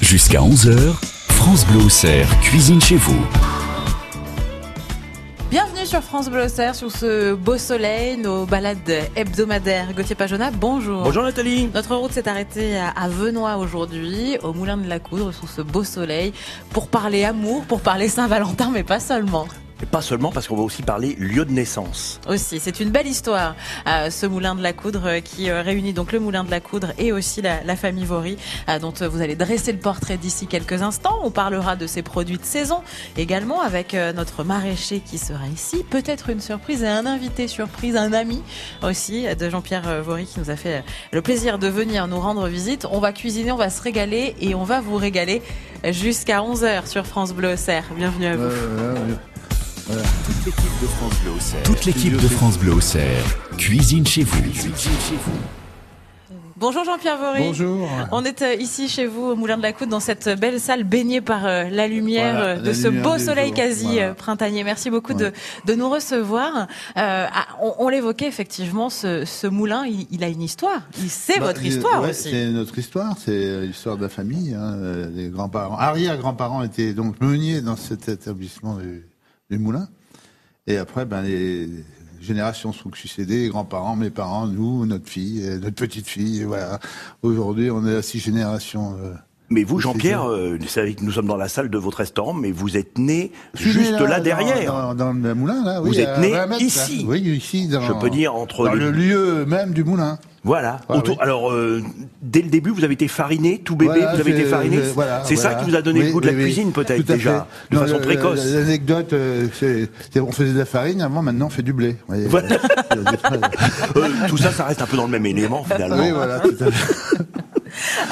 Jusqu'à 11h, France Bleu Auxerre cuisine chez vous. Bienvenue sur France Bleu Auxerre, sur ce beau soleil, nos balades hebdomadaires. Gauthier Pajona, bonjour. Bonjour Nathalie. Notre route s'est arrêtée à- à Venoy aujourd'hui, au Moulin de la Coudre, sous ce beau soleil, pour parler amour, pour parler Saint-Valentin, mais pas seulement. Et pas seulement parce qu'on va aussi parler lieu de naissance. Aussi, c'est une belle histoire, euh, ce Moulin de la Coudre, euh, qui euh, réunit donc le Moulin de la Coudre et aussi la, la famille Vory, euh, dont euh, vous allez dresser le portrait d'ici quelques instants. On parlera de ses produits de saison également avec euh, notre maraîcher qui sera ici. Peut-être une surprise et un invité surprise, un ami aussi euh, de Jean-Pierre euh, Vory qui nous a fait euh, le plaisir de venir nous rendre visite. On va cuisiner, on va se régaler et on va vous régaler jusqu'à 11h sur France Bleu Auxerre. Bienvenue à vous. Toute l'équipe de France Bleu Auxerre cuisine chez vous. Bonjour Jean-Pierre Vory. Bonjour. On est euh, ici chez vous au Moulin de la Coude dans cette belle salle baignée par euh, la lumière Voilà, euh, la de ce lumière beau des soleil jours, quasi voilà. euh, printanier. Merci beaucoup Ouais. de, de nous recevoir. Euh, ah, on on l'évoquait effectivement, ce, ce moulin, il, il a une histoire. Il C'est Bah, votre euh, histoire ouais, aussi. C'est notre histoire, c'est euh, l'histoire de la famille. hein, euh, Les grands-parents, arrière-grands-parents étaient donc meuniers dans cet établissement du, du moulin. Et après, ben, les générations se sont succédées, les grands-parents, mes parents, nous, notre fille, euh, notre petite fille. et Voilà. Aujourd'hui, on est à six générations. euh. Mais vous, Oui, Jean-Pierre, c'est euh, vous savez que nous sommes dans la salle de votre restaurant, mais vous êtes né Je suis juste né là, dans- derrière. hein, Dans, dans le moulin, là. Vous oui, êtes à né 20 mètres, là. ici. Oui, ici. Dans, Je peux dire entre dans le- le lieu même du moulin. Voilà. Ouais, Autour- oui. Alors, euh, dès le début, vous avez été fariné, tout bébé, Voilà, vous avez été je- fariné. je- voilà, c'est ça voilà. qui vous a donné le Oui, goût de oui, la oui. cuisine, peut-être Tout à déjà, fait. de Non, façon le- précoce. le- L'anecdote, euh, c'est c'est- on faisait de la farine avant, maintenant on fait du blé. Vous voyez, Voilà. euh, des phrases. Euh, tout ça, ça reste un peu dans le même élément finalement. oui, voilà. tout à fait.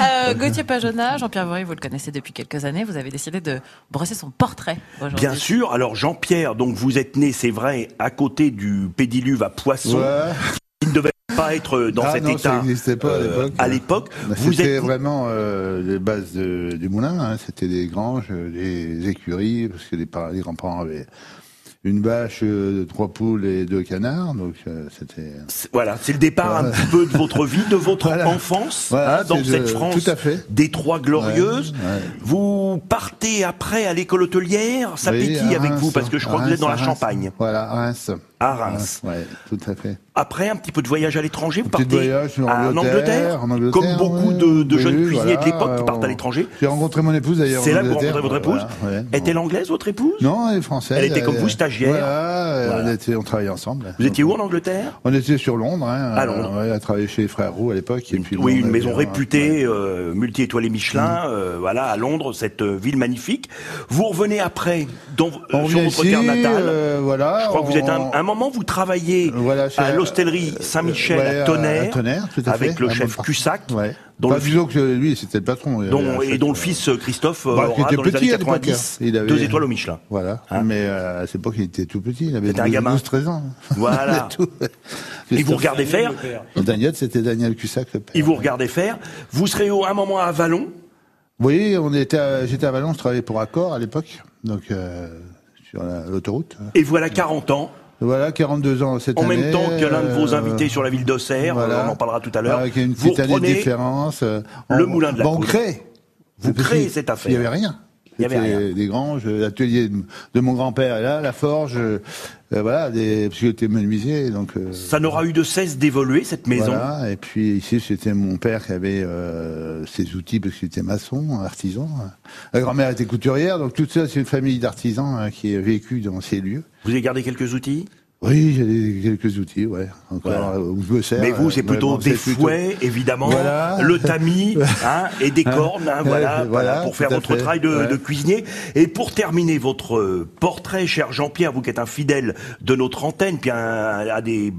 Euh, Gauthier Pajona, Jean-Pierre Vory, vous le connaissez depuis quelques années. Vous avez décidé de brosser son portrait aujourd'hui. Bien sûr. Alors Jean-Pierre, donc vous êtes né, c'est vrai, à côté du pédiluve à poisson. Ouais. Il ne devait pas être dans Ah cet non, ça état euh, n'existait pas à l'époque. à l'époque. Vous Bah, C'était êtes vraiment euh, les bases de- du moulin. hein. C'était des granges, euh, des écuries, parce que les, par- les grands-parents avaient une vache, euh, trois poules et deux canards. Donc euh, c'était. C'est- Voilà, c'est le départ un petit peu de votre vie, de votre Voilà. enfance, Voilà, hein, dans c'est cette de- France tout à fait. des Trois Glorieuses. Ouais, ouais. Vous partez après à l'école hôtelière, ça Oui, pétille à avec Reims, vous, parce que je à crois que vous êtes Reims, dans la à Reims. Champagne. Voilà, à Reims. À Reims. ouais, tout à fait. Après, un petit peu de voyage à l'étranger, vous Petit partez voyage en à- en Angleterre, Angleterre, en Angleterre, comme beaucoup ouais. de, de Oui, jeunes cuisiniers de voilà, l'époque qui on- partent à l'étranger. J'ai rencontré mon épouse d'ailleurs. C'est en là que vous Angleterre. rencontrez votre épouse. Voilà, ouais. Est-elle anglaise, votre épouse Non, elle est française. Elle était comme vous, stagiaire. Voilà, Voilà. On, était, on travaillait ensemble. Vous étiez où en Angleterre On était sur Londres. Hein, À Londres. euh, ouais, elle travaillait chez les Frères Roux à l'époque. et puis Oui, bon, une on maison avait- réputée, euh, multi-étoilée Mm. Michelin, euh, voilà, à Londres, cette euh, ville magnifique. Vous revenez après dans, euh, On sur revient votre ici, terre natale. euh, voilà. Je crois que vous êtes un, on- euh, un moment, vous travaillez Voilà, chez- euh, à l'hostellerie Saint-Michel Ouais, à Tonnerre, Tonnerre, tout à avec fait, le à chef Montparnasse. Cussac, Ouais. dont Bah, le fi- disons que lui, c'était le patron. il dont- avait et acheté, dont le euh, fils euh, Christophe euh, Bah, qui aura était dans les petit années à l'époque, 90 hein. Il avait- deux étoiles au Michelin. Voilà. euh, Hein Mais euh, à cette époque, il était tout petit. Il avait C'était un gamin. 12-13 ans. Voilà. C'est tout. Et vous regardez faire, Daniel, c'était Daniel Cussac, le père. il vous regardait faire. Vous serez au, un moment à Vallon, Oui, on était à- j'étais à Valence, je travaillais pour Accor à l'époque, donc euh, sur la- l'autoroute. et voilà 40 ans, Voilà, 42 ans cette en année. même temps que l'un de vos euh, invités sur la ville d'Auxerre, voilà. on en parlera tout à l'heure. Avec une Vous petite année de reprenez différence. euh, le on- moulin de la bon, On Coude. crée. Vous Parce créez que cette affaire. Il n'y avait rien. Il y avait C'était rien. Des granges, euh, l'atelier de, de mon grand-père est là, la forge, euh, euh, voilà, des, parce qu'il était menuisier, donc. euh, ça n'aura eu de cesse d'évoluer cette maison. Voilà, et puis ici, c'était mon père qui avait euh, ses outils parce qu'il était maçon, artisan. La grand-mère était couturière, donc tout ça, c'est une famille d'artisans hein, qui a vécu dans ces lieux. Vous avez gardé quelques outils, Oui, j'ai des- quelques outils, ouais. Encore, Voilà. euh, où je me sers. mais vous, c'est euh, plutôt vraiment, des c'est plutôt- fouets, évidemment, Voilà. le tamis hein, et des cornes, hein, Ouais, voilà, voilà, voilà, pour faire tout à votre fait, travail de, ouais. de cuisinier. Et pour terminer votre euh, portrait, cher Jean-Pierre, vous qui êtes un fidèle de notre antenne, puis un, un des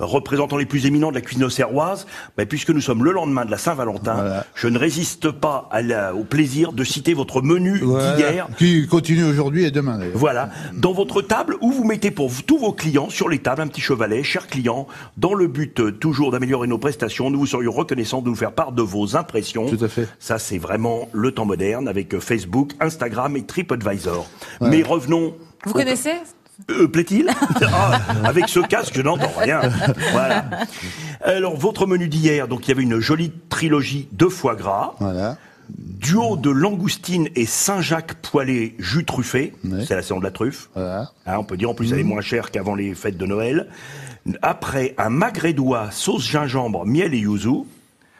représentants les plus éminents de la cuisine auxerroise, mais puisque nous sommes le lendemain de la Saint-Valentin, Voilà. je ne résiste pas à la- au plaisir de citer votre menu Voilà, d'hier. Qui continue aujourd'hui et demain, d'ailleurs. Voilà, dans votre table où vous mettez pour vous- tous vos clients sur les tables un petit chevalet, chers clients, dans le but euh, toujours d'améliorer nos prestations, nous vous serions reconnaissants de nous faire part de vos impressions. Tout à fait. Ça, c'est vraiment le temps moderne avec euh, Facebook, Instagram et TripAdvisor. Mais revenons. Vous connaissez Oh, bah, Euh, plaît-il Ah, Avec ce casque, je n'entends rien. Voilà. Alors, votre menu d'hier, donc il y avait une jolie trilogie de foie gras, Voilà. duo de langoustine et Saint-Jacques poêlé jus truffé. Ouais. Mmh. C'est la saison de la truffe. Voilà. Hein, on peut dire en plus elle est moins chère qu'avant les fêtes de Noël. Après un magrédois sauce gingembre, miel et yuzu.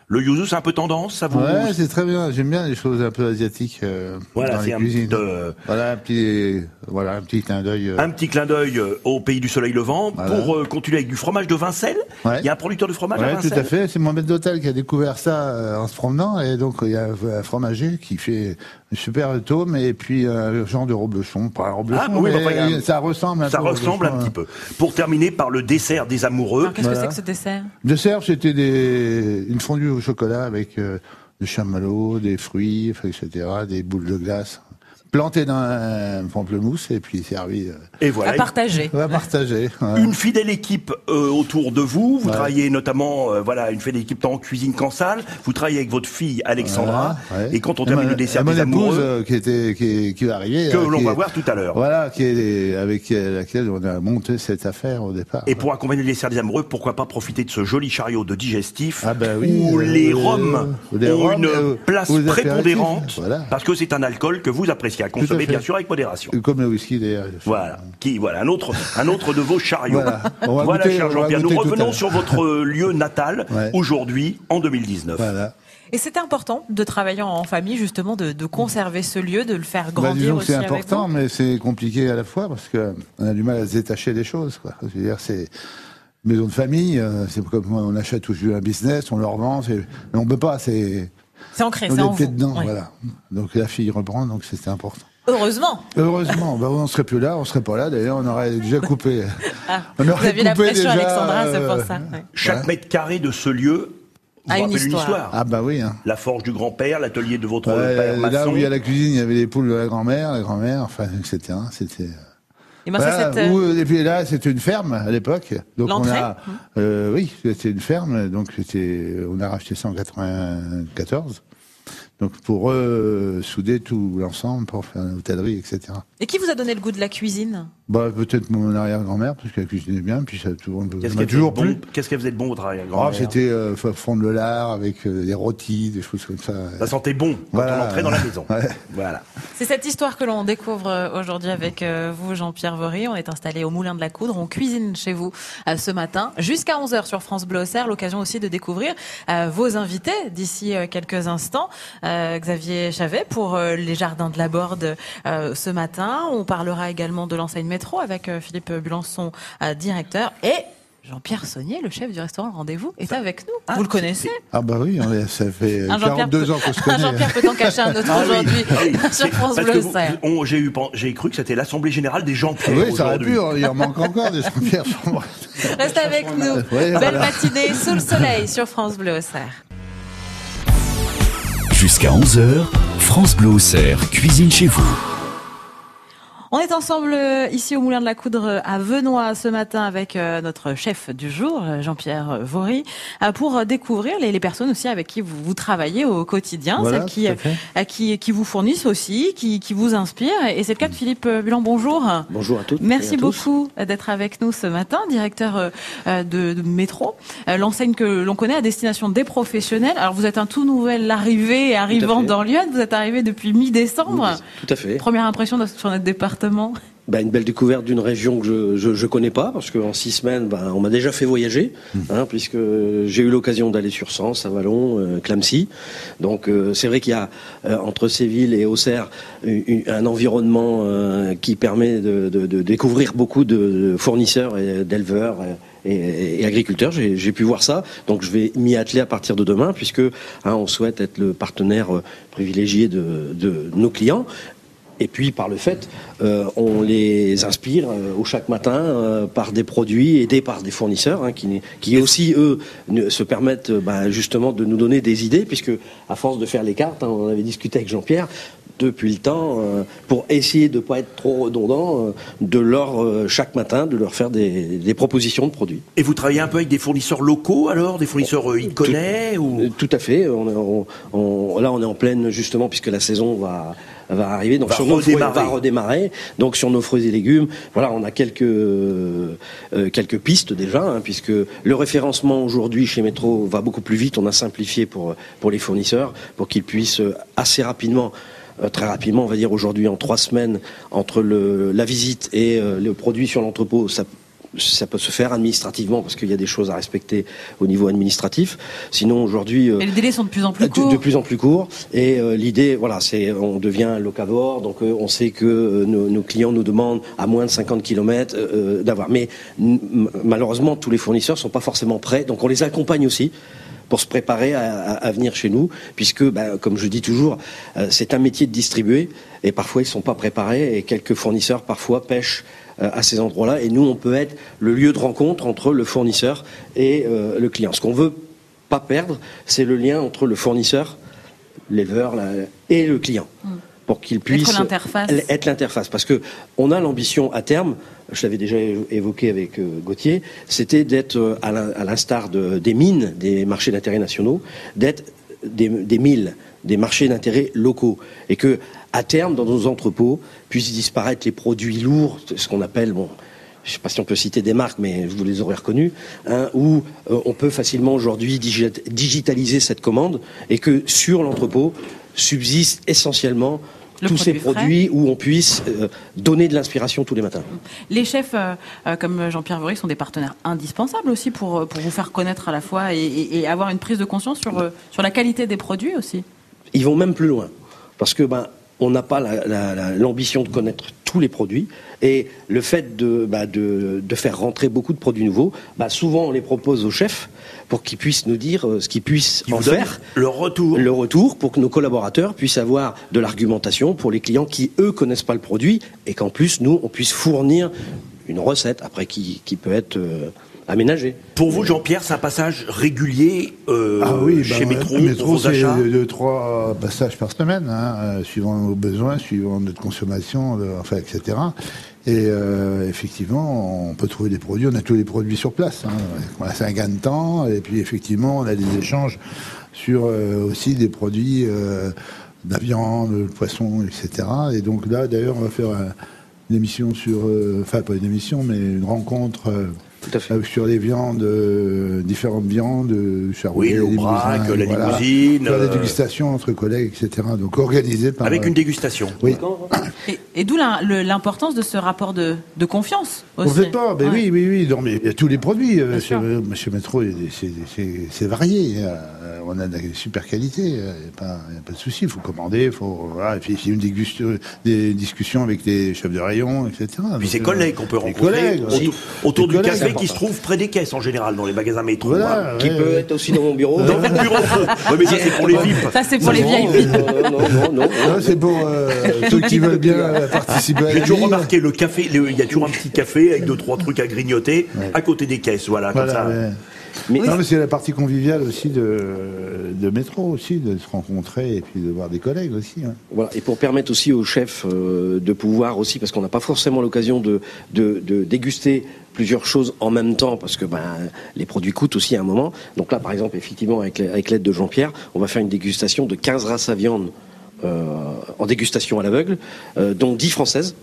Le yuzu c'est un peu tendance, ça vous Ouais, c'est très bien. J'aime bien les choses un peu asiatiques euh, Voilà, dans c'est les un cuisines. petit, euh, Voilà un petit, voilà un petit clin d'œil. euh, Un petit clin d'œil euh, au pays du soleil levant Voilà. pour euh, continuer avec du fromage de Vincelles. Ouais. Il y a un producteur de fromage à Ouais, Vincelles. tout à fait. C'est Mohamed Dotal qui a découvert ça euh, en se promenant. Et donc, il y a un fromager qui fait une super tome et puis euh, un genre de reblochon. Pas un reblochon, Ah, oui, mais bah, regarde. ça ressemble un Ça peu au ressemble un reblochon, petit peu. Pour terminer par le dessert des amoureux. Alors, qu'est-ce que Voilà. c'est que ce dessert De serve, c'était des... une fondue au chocolat avec euh, du chamallow, des fruits, enfin, etc., des boules de glace, plantées dans un pamplemousse et puis servi euh, Et À voilà. partager. à partager. ouais. Une fidèle équipe euh, autour de vous. Vous Ouais. travaillez notamment, euh, voilà, une fidèle équipe tant en cuisine qu'en salle. Vous travaillez avec votre fille Alexandra. Voilà, ouais. Et quand on termine ma- le dessert ma des épouse, amoureux, euh, qui était qui, qui va arriver que euh, l'on qui- va voir tout à l'heure. Voilà, qui est avec laquelle on a monté cette affaire au départ. Et pour accompagner le dessert des amoureux, pourquoi pas profiter de ce joli chariot de digestif Ah bah oui, où euh, les euh, rhums euh, les ont rhums, une euh, place aux apéritifs, prépondérante voilà. parce que c'est un alcool que vous appréciez à Tout à consommer fait. bien sûr avec modération. Comme le whisky d'ailleurs. Voilà, qui voilà un autre un autre de vos chariots. Voilà. On va Voilà, goûter- cher on va Jean-Pierre, goûter nous tout à revenons l'heure. sur votre euh, lieu natal Ouais. aujourd'hui en 2019. Voilà. Et c'était important de travailler en famille, justement, de, de conserver ce lieu, de le faire Bah, grandir disons que aussi c'est avec important, vous. mais c'est compliqué à la fois parce que on a du mal à se détacher des choses. Quoi. Je veux dire, c'est maison de famille, euh, c'est comme on achète ou un business, on le revend, c'est- mais on peut pas, c'est C'est ancré, on c'est en est vous. pieds dedans. Oui. Voilà. Donc la fille reprend, donc c'était important. Heureusement. Heureusement, bah, on ne serait plus là, on serait pas là. D'ailleurs, on aurait déjà coupé. Ah, On vous aurait aviez la coupé pression, déjà, Alexandra, c'est euh, pour ça. ouais. Chaque Ouais. mètre carré de ce lieu vous A une rappelle histoire. Ah bah oui. Hein. La forge du grand-père, l'atelier de votre Ouais, père là maçon. où il y a la cuisine, il y avait les poules de la grand-mère, la grand-mère, enfin, etc. C'était. euh, Et ben, ça, Voilà, c'est, euh, où- et puis là, c'était une ferme à l'époque. Donc on L'entrée Mmh. a, euh, oui, c'était une ferme. Donc c'était, on a racheté ça en 94. Donc pour euh, souder tout l'ensemble, pour faire une hôtellerie, etc. Et qui vous a donné le goût de la cuisine Bah peut-être mon arrière-grand-mère parce qu'elle cuisinait bien, puis ça tourne. Qu'est-ce m'a qu'elle toujours faisait de plu. bon Qu'est-ce qu'elle faisait de bon au travail Ah, c'était euh, fa- fondre le lard avec euh, des rôtis, des choses comme ça. Ça sentait bon quand Voilà. on entrait dans la maison. Ouais. Voilà. C'est cette histoire que l'on découvre euh, aujourd'hui avec euh, vous, Jean-Pierre Vory. On est installé au Moulin de la Coudre. On cuisine chez vous euh, ce matin jusqu'à 11h sur France Bleu Auxerre. L'occasion aussi de découvrir euh, vos invités d'ici euh, quelques instants. Euh, Xavier Chavet pour euh, les jardins de la Borde euh, ce matin. On parlera également de l'enseigne métro avec euh, Philippe Bulançon, euh, directeur. Et Jean-Pierre Saunier, le chef du restaurant Le Rendez-vous, est avec nous. vous le connaissez Ah bah oui, on est- ça fait euh, Un Jean-Pierre 42 peut- ans qu'on se un connaît. Jean-Pierre peut en cacher un autre Ah oui, aujourd'hui ah oui. sur C'est- France parce Bleu que vous- Auxerre. vous- on- J'ai eu pen- j'ai cru que c'était l'Assemblée Générale des Jean-Pierre oui, ça aurait aujourd'hui. pu, hein, il en manque encore des Jean-Pierre. Reste avec nous. Ouais, Belle voilà. matinée sous le soleil sur France Bleu Auxerre. Jusqu'à 11h, France Bleu Auxerre cuisine chez vous. On est ensemble euh, ici au Moulin de la Coudre euh, à Venoy ce matin avec euh, notre chef du jour, euh, Jean-Pierre Vory, euh, pour euh, découvrir les, les personnes aussi avec qui vous, vous travaillez au quotidien, Voilà, celles qui, tout à euh, fait. à qui, qui vous fournissent aussi, qui, qui vous inspirent. Et c'est le cas de Philippe euh, Bulan, bonjour. Bonjour à toutes. et Merci à tous. beaucoup euh, d'être avec nous ce matin, directeur euh, euh, de, de Métro, euh, l'enseigne que l'on connaît à destination des professionnels. Alors vous êtes un tout nouvel arrivé et arrivant fait. dans Lyon, vous êtes arrivé depuis mi-décembre. Tout à fait. Première impression de- sur notre département Bah, une belle découverte d'une région que je, je, je connais pas, parce qu'en six semaines, bah, on m'a déjà fait voyager, hein, puisque j'ai eu l'occasion d'aller sur Sens, Avalon, euh, Clamecy. Donc euh, c'est vrai qu'il y a euh, entre Séville et Auxerre u- u- un environnement euh, qui permet de, de- de découvrir beaucoup de, de fournisseurs et d'éleveurs. euh, et- et- et agriculteurs, j'ai j'ai pu voir ça, donc je vais m'y atteler à partir de demain, puisque hein, on souhaite être le partenaire euh, privilégié de- de nos clients, Et puis par le fait, euh, on les inspire euh, au chaque matin euh, par des produits aidés par des fournisseurs hein, qui, qui aussi eux ne- se permettent euh, bah, justement de nous donner des idées puisque à force de faire les cartes, hein, on en avait discuté avec Jean-Pierre, depuis le temps, euh, pour essayer de ne pas être trop redondant, euh, de leur, euh, chaque matin, de leur faire des, des propositions de produits. Et vous travaillez un peu avec des fournisseurs locaux alors Des fournisseurs euh, iconais Euh, ou... Tout à fait. On, est- on- on- là, on est en pleine, justement, puisque la saison va va arriver donc Va sur nos fruits- redémarrer. va redémarrer donc sur nos fruits et légumes voilà on a quelques euh, euh, quelques pistes déjà hein, puisque le référencement aujourd'hui chez Metro va beaucoup plus vite on a simplifié pour euh, pour les fournisseurs pour qu'ils puissent euh, assez rapidement euh, très rapidement on va dire aujourd'hui en trois semaines entre le, la visite et euh, le produit sur l'entrepôt ça ça peut se faire administrativement parce qu'il y a des choses à respecter au niveau administratif. Sinon aujourd'hui, euh, Mais les délais sont de plus en plus de- courts. de plus en plus court. Et euh, l'idée, voilà, c'est on devient locavore, donc euh, on sait que euh, nos, nos clients nous demandent à moins de 50 km euh, d'avoir. Mais n- m- malheureusement, tous les fournisseurs sont pas forcément prêts, donc on les accompagne aussi pour se préparer à, à- à venir chez nous, puisque, ben, comme je dis toujours, euh, c'est un métier de distribuer, et parfois ils sont pas préparés, et quelques fournisseurs parfois pêchent euh, à ces endroits-là, et nous, on peut être le lieu de rencontre entre le fournisseur et euh, le client. Ce qu'on veut pas perdre, c'est le lien entre le fournisseur, l'éleveur la- et le client. Pour qu'il puisse l'interface. l- être l'interface. Parce que on a l'ambition à terme, je l'avais déjà évo- évoqué avec euh, Gauthier, c'était d'être, euh, à l'in- à l'instar de- des mines, des marchés d'intérêt nationaux, d'être des, des milles, des marchés d'intérêt locaux. Et que, à terme, dans nos entrepôts, puissent disparaître les produits lourds, ce qu'on appelle, bon, je ne sais pas si on peut citer des marques, mais vous les aurez reconnues, hein, où euh, on peut facilement aujourd'hui digi- digitaliser cette commande et que sur l'entrepôt subsistent essentiellement Le tous ces produit frais. produits où on puisse euh, donner de l'inspiration tous les matins. Les chefs, euh, euh, comme Jean-Pierre Vory, sont des partenaires indispensables aussi pour, euh, pour vous faire connaître à la fois et, et- et avoir une prise de conscience sur, euh, sur la qualité des produits aussi. Ils vont même plus loin. Parce que ben, on n'a pas la- la- la- l'ambition de connaître tous les produits. Et le fait de, bah, de, de faire rentrer beaucoup de produits nouveaux, bah, souvent on les propose aux chefs pour qu'ils puissent nous dire euh, ce qu'ils puissent Qui en vous donne faire. le retour. le retour pour que nos collaborateurs puissent avoir de l'argumentation pour les clients qui, eux, connaissent pas le produit et qu'en plus, nous, on puisse fournir une recette après qui, qui peut être euh, aménagée. Pour vous, Jean-Pierre, c'est un passage régulier euh, chez bah, Métro, pour Métro vos c'est euh, achats deux, deux, trois passages par semaine, hein, euh, suivant nos besoins, suivant notre consommation, le- enfin, etc. Et euh, effectivement, on peut trouver des produits, on a tous les produits sur place. hein. Voilà, c'est un gain de temps, et puis effectivement, on a des échanges sur euh, aussi des produits euh, de la viande, le poisson, etc. Et donc là, d'ailleurs, on va faire euh, une émission sur, euh, enfin pas une émission, mais une rencontre. euh, Tout à fait. euh, sur les viandes, euh, différentes viandes, euh, Oui, charolais, l'aubrac, limousin, la voilà. limousine, Faire euh, des dégustations entre collègues, etc. Donc organisé par. Avec une euh, dégustation. Oui. Et, et d'où la- le- l'importance de ce rapport de, de confiance aussi. On fait pas, mais Ouais. Ben oui, oui, oui. Non, mais il y a tous les produits. euh, chez, sûr. euh, chez Metro, il y a des- c'est- c'est c'est varié. euh, on a des super qualités. euh, Il n'y a, pas- il y a pas de souci. Il faut commander. Faut, voilà, et puis, il y a une dégustu- des discussions avec les chefs de rayon, etc. Puis Donc, ses euh, collègues qu'on peut les rencontrer collègues, aussi. autour, autour Les du collègues, café important. qui se trouve près des caisses en général dans les magasins métro. hein. Voilà. Qui ouais, peut ouais. être aussi dans mon bureau. Dans votre bureau. Ouais, mais ça, c'est pour les VIP. Ça, c'est pour les Non, vieilles. non, non, non, non. Non, c'est pour euh, ceux qui veulent bien euh, participer à J'ai la toujours vie, là. remarqué le café, le- il y a toujours un petit café avec deux trois trucs à grignoter à côté des caisses, voilà, comme Voilà, ça. ouais. Mais- Non, mais c'est la partie conviviale aussi de, de métro, aussi, de se rencontrer et puis de voir des collègues aussi. hein. Voilà, et pour permettre aussi aux chefs euh, de pouvoir aussi, parce qu'on n'a pas forcément l'occasion de, de, de déguster plusieurs choses en même temps, parce que ben, les produits coûtent aussi à un moment. Donc là, par exemple, effectivement, avec, la- avec l'aide de Jean-Pierre, on va faire une dégustation de 15 races à viande euh, en dégustation à l'aveugle, euh, dont 10 françaises,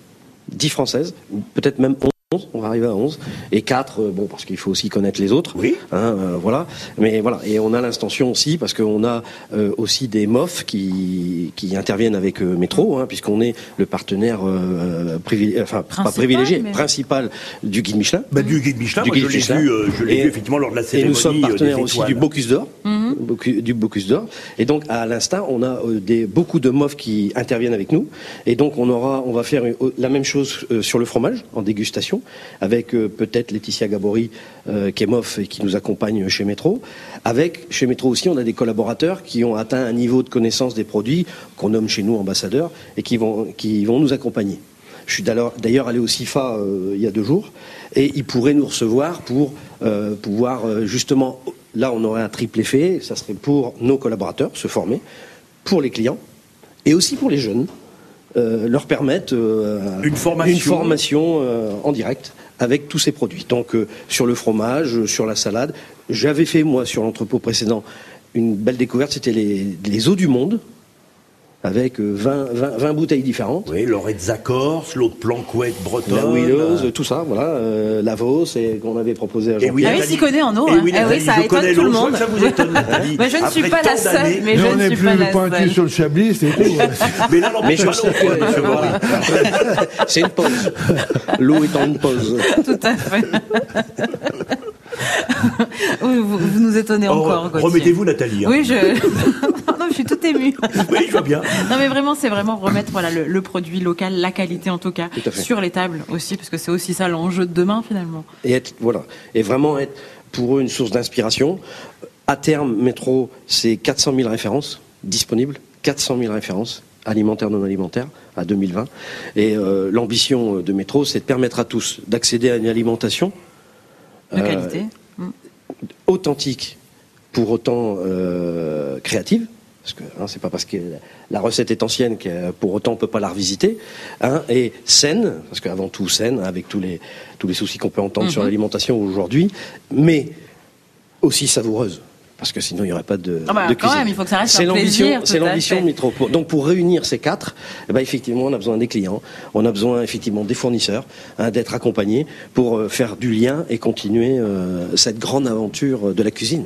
10 françaises, ou peut-être même 11, on va arriver à 11, et 4, bon, parce qu'il faut aussi connaître les autres. Oui. Hein, euh, voilà. Mais voilà. Et on a l'instention aussi, parce qu'on a euh, aussi des MOF qui, qui interviennent avec euh, Métro, hein, puisqu'on est le partenaire euh, privil- enfin, pas Principal, privilégié, mais- principal du guide Michelin. Bah, du guide Michelin, Du moi, guide je l'ai Michelin. vu, euh, je l'ai Et- vu effectivement lors de la Et cérémonie. nous sommes euh, des partenaires aussi étoiles. du Bocus d'Or, Bocu- du Bocus d'Or. Et donc, à l'instar, on a euh, des, beaucoup de MOF qui interviennent avec nous. Et donc, on aura, on va faire une- la même chose euh, sur le fromage, en dégustation, avec euh, peut-être Laetitia Gabory, euh, qui est MOF et qui nous accompagne chez Métro. Avec, chez Métro aussi, on a des collaborateurs qui ont atteint un niveau de connaissance des produits, qu'on nomme chez nous ambassadeurs, et qui vont, qui vont nous accompagner. Je suis d'ailleurs- d'ailleurs allé au CIFA euh, il y a deux jours et ils pourraient nous recevoir pour euh, pouvoir euh, justement, là on aurait un triple effet, ça serait pour nos collaborateurs se former, pour les clients et aussi pour les jeunes euh, leur permettent euh, Une formation. une formation, euh, en direct avec tous ces produits. Donc euh, sur le fromage, euh, sur la salade. J'avais fait, moi, sur l'entrepôt précédent, une belle découverte, c'était les, les eaux du monde, avec euh, 20, 20 20 bouteilles différentes. Oui, Loretza Corse, l'autre Planquette bretonne. La Willows, tout ça, voilà, euh, Lavos, et qu'on avait proposé à Et Jean-Pierre. Willows, Ah oui, Nathalie. s'y connaît en eau, Et hein. Eh oui, Ah oui, Nathalie, ça je étonne connais tout le l'eau, je vois monde. que Ça vous étonne, Nathalie. Mais je ne suis Après pas la tant seule, d'années- mais Mais je on ne n'est suis pas plus la pointu seule. sur le Chablis, c'est tout. hein. Mais là, non, Mais je pas sais l'eau, que- quoi, monsieur Varry. C'est une pause. L'eau étant une pause. Tout à fait. oui, vous, vous nous étonnez Oh, encore, Gauthier. Remettez-vous, Nathalie. hein. Oui, je... Pardon, je suis tout émue. Oui, je vois bien. Non mais vraiment, c'est vraiment remettre voilà le, le produit local, la qualité en tout cas, Tout à fait. sur les tables aussi, parce que c'est aussi ça l'enjeu de demain finalement. Et, être, voilà. et vraiment être pour eux une source d'inspiration. À terme, Métro, c'est 400 000 références disponibles, 400 000 références alimentaires, non alimentaires, à 2020. Et euh, l'ambition de Métro, c'est de permettre à tous d'accéder à une alimentation De Euh, qualité. authentique, pour autant euh, créative, parce que hein, c'est pas parce que la recette est ancienne que pour autant on peut pas la revisiter, hein, et saine, parce qu'avant tout saine, hein, avec tous les, tous les soucis qu'on peut entendre sur l'alimentation aujourd'hui, mais aussi savoureuse. Parce que sinon, il n'y aurait pas de, Ah bah, de quand cuisine. même, il faut que ça reste C'est un l'ambition- plaisir, tout C'est à l'ambition fait. de Mitro. Pour- Donc, pour réunir ces quatre, eh ben, effectivement, on a besoin des clients, on a besoin effectivement des fournisseurs, hein, d'être accompagnés pour euh, faire du lien et continuer euh, cette grande aventure euh, de la cuisine.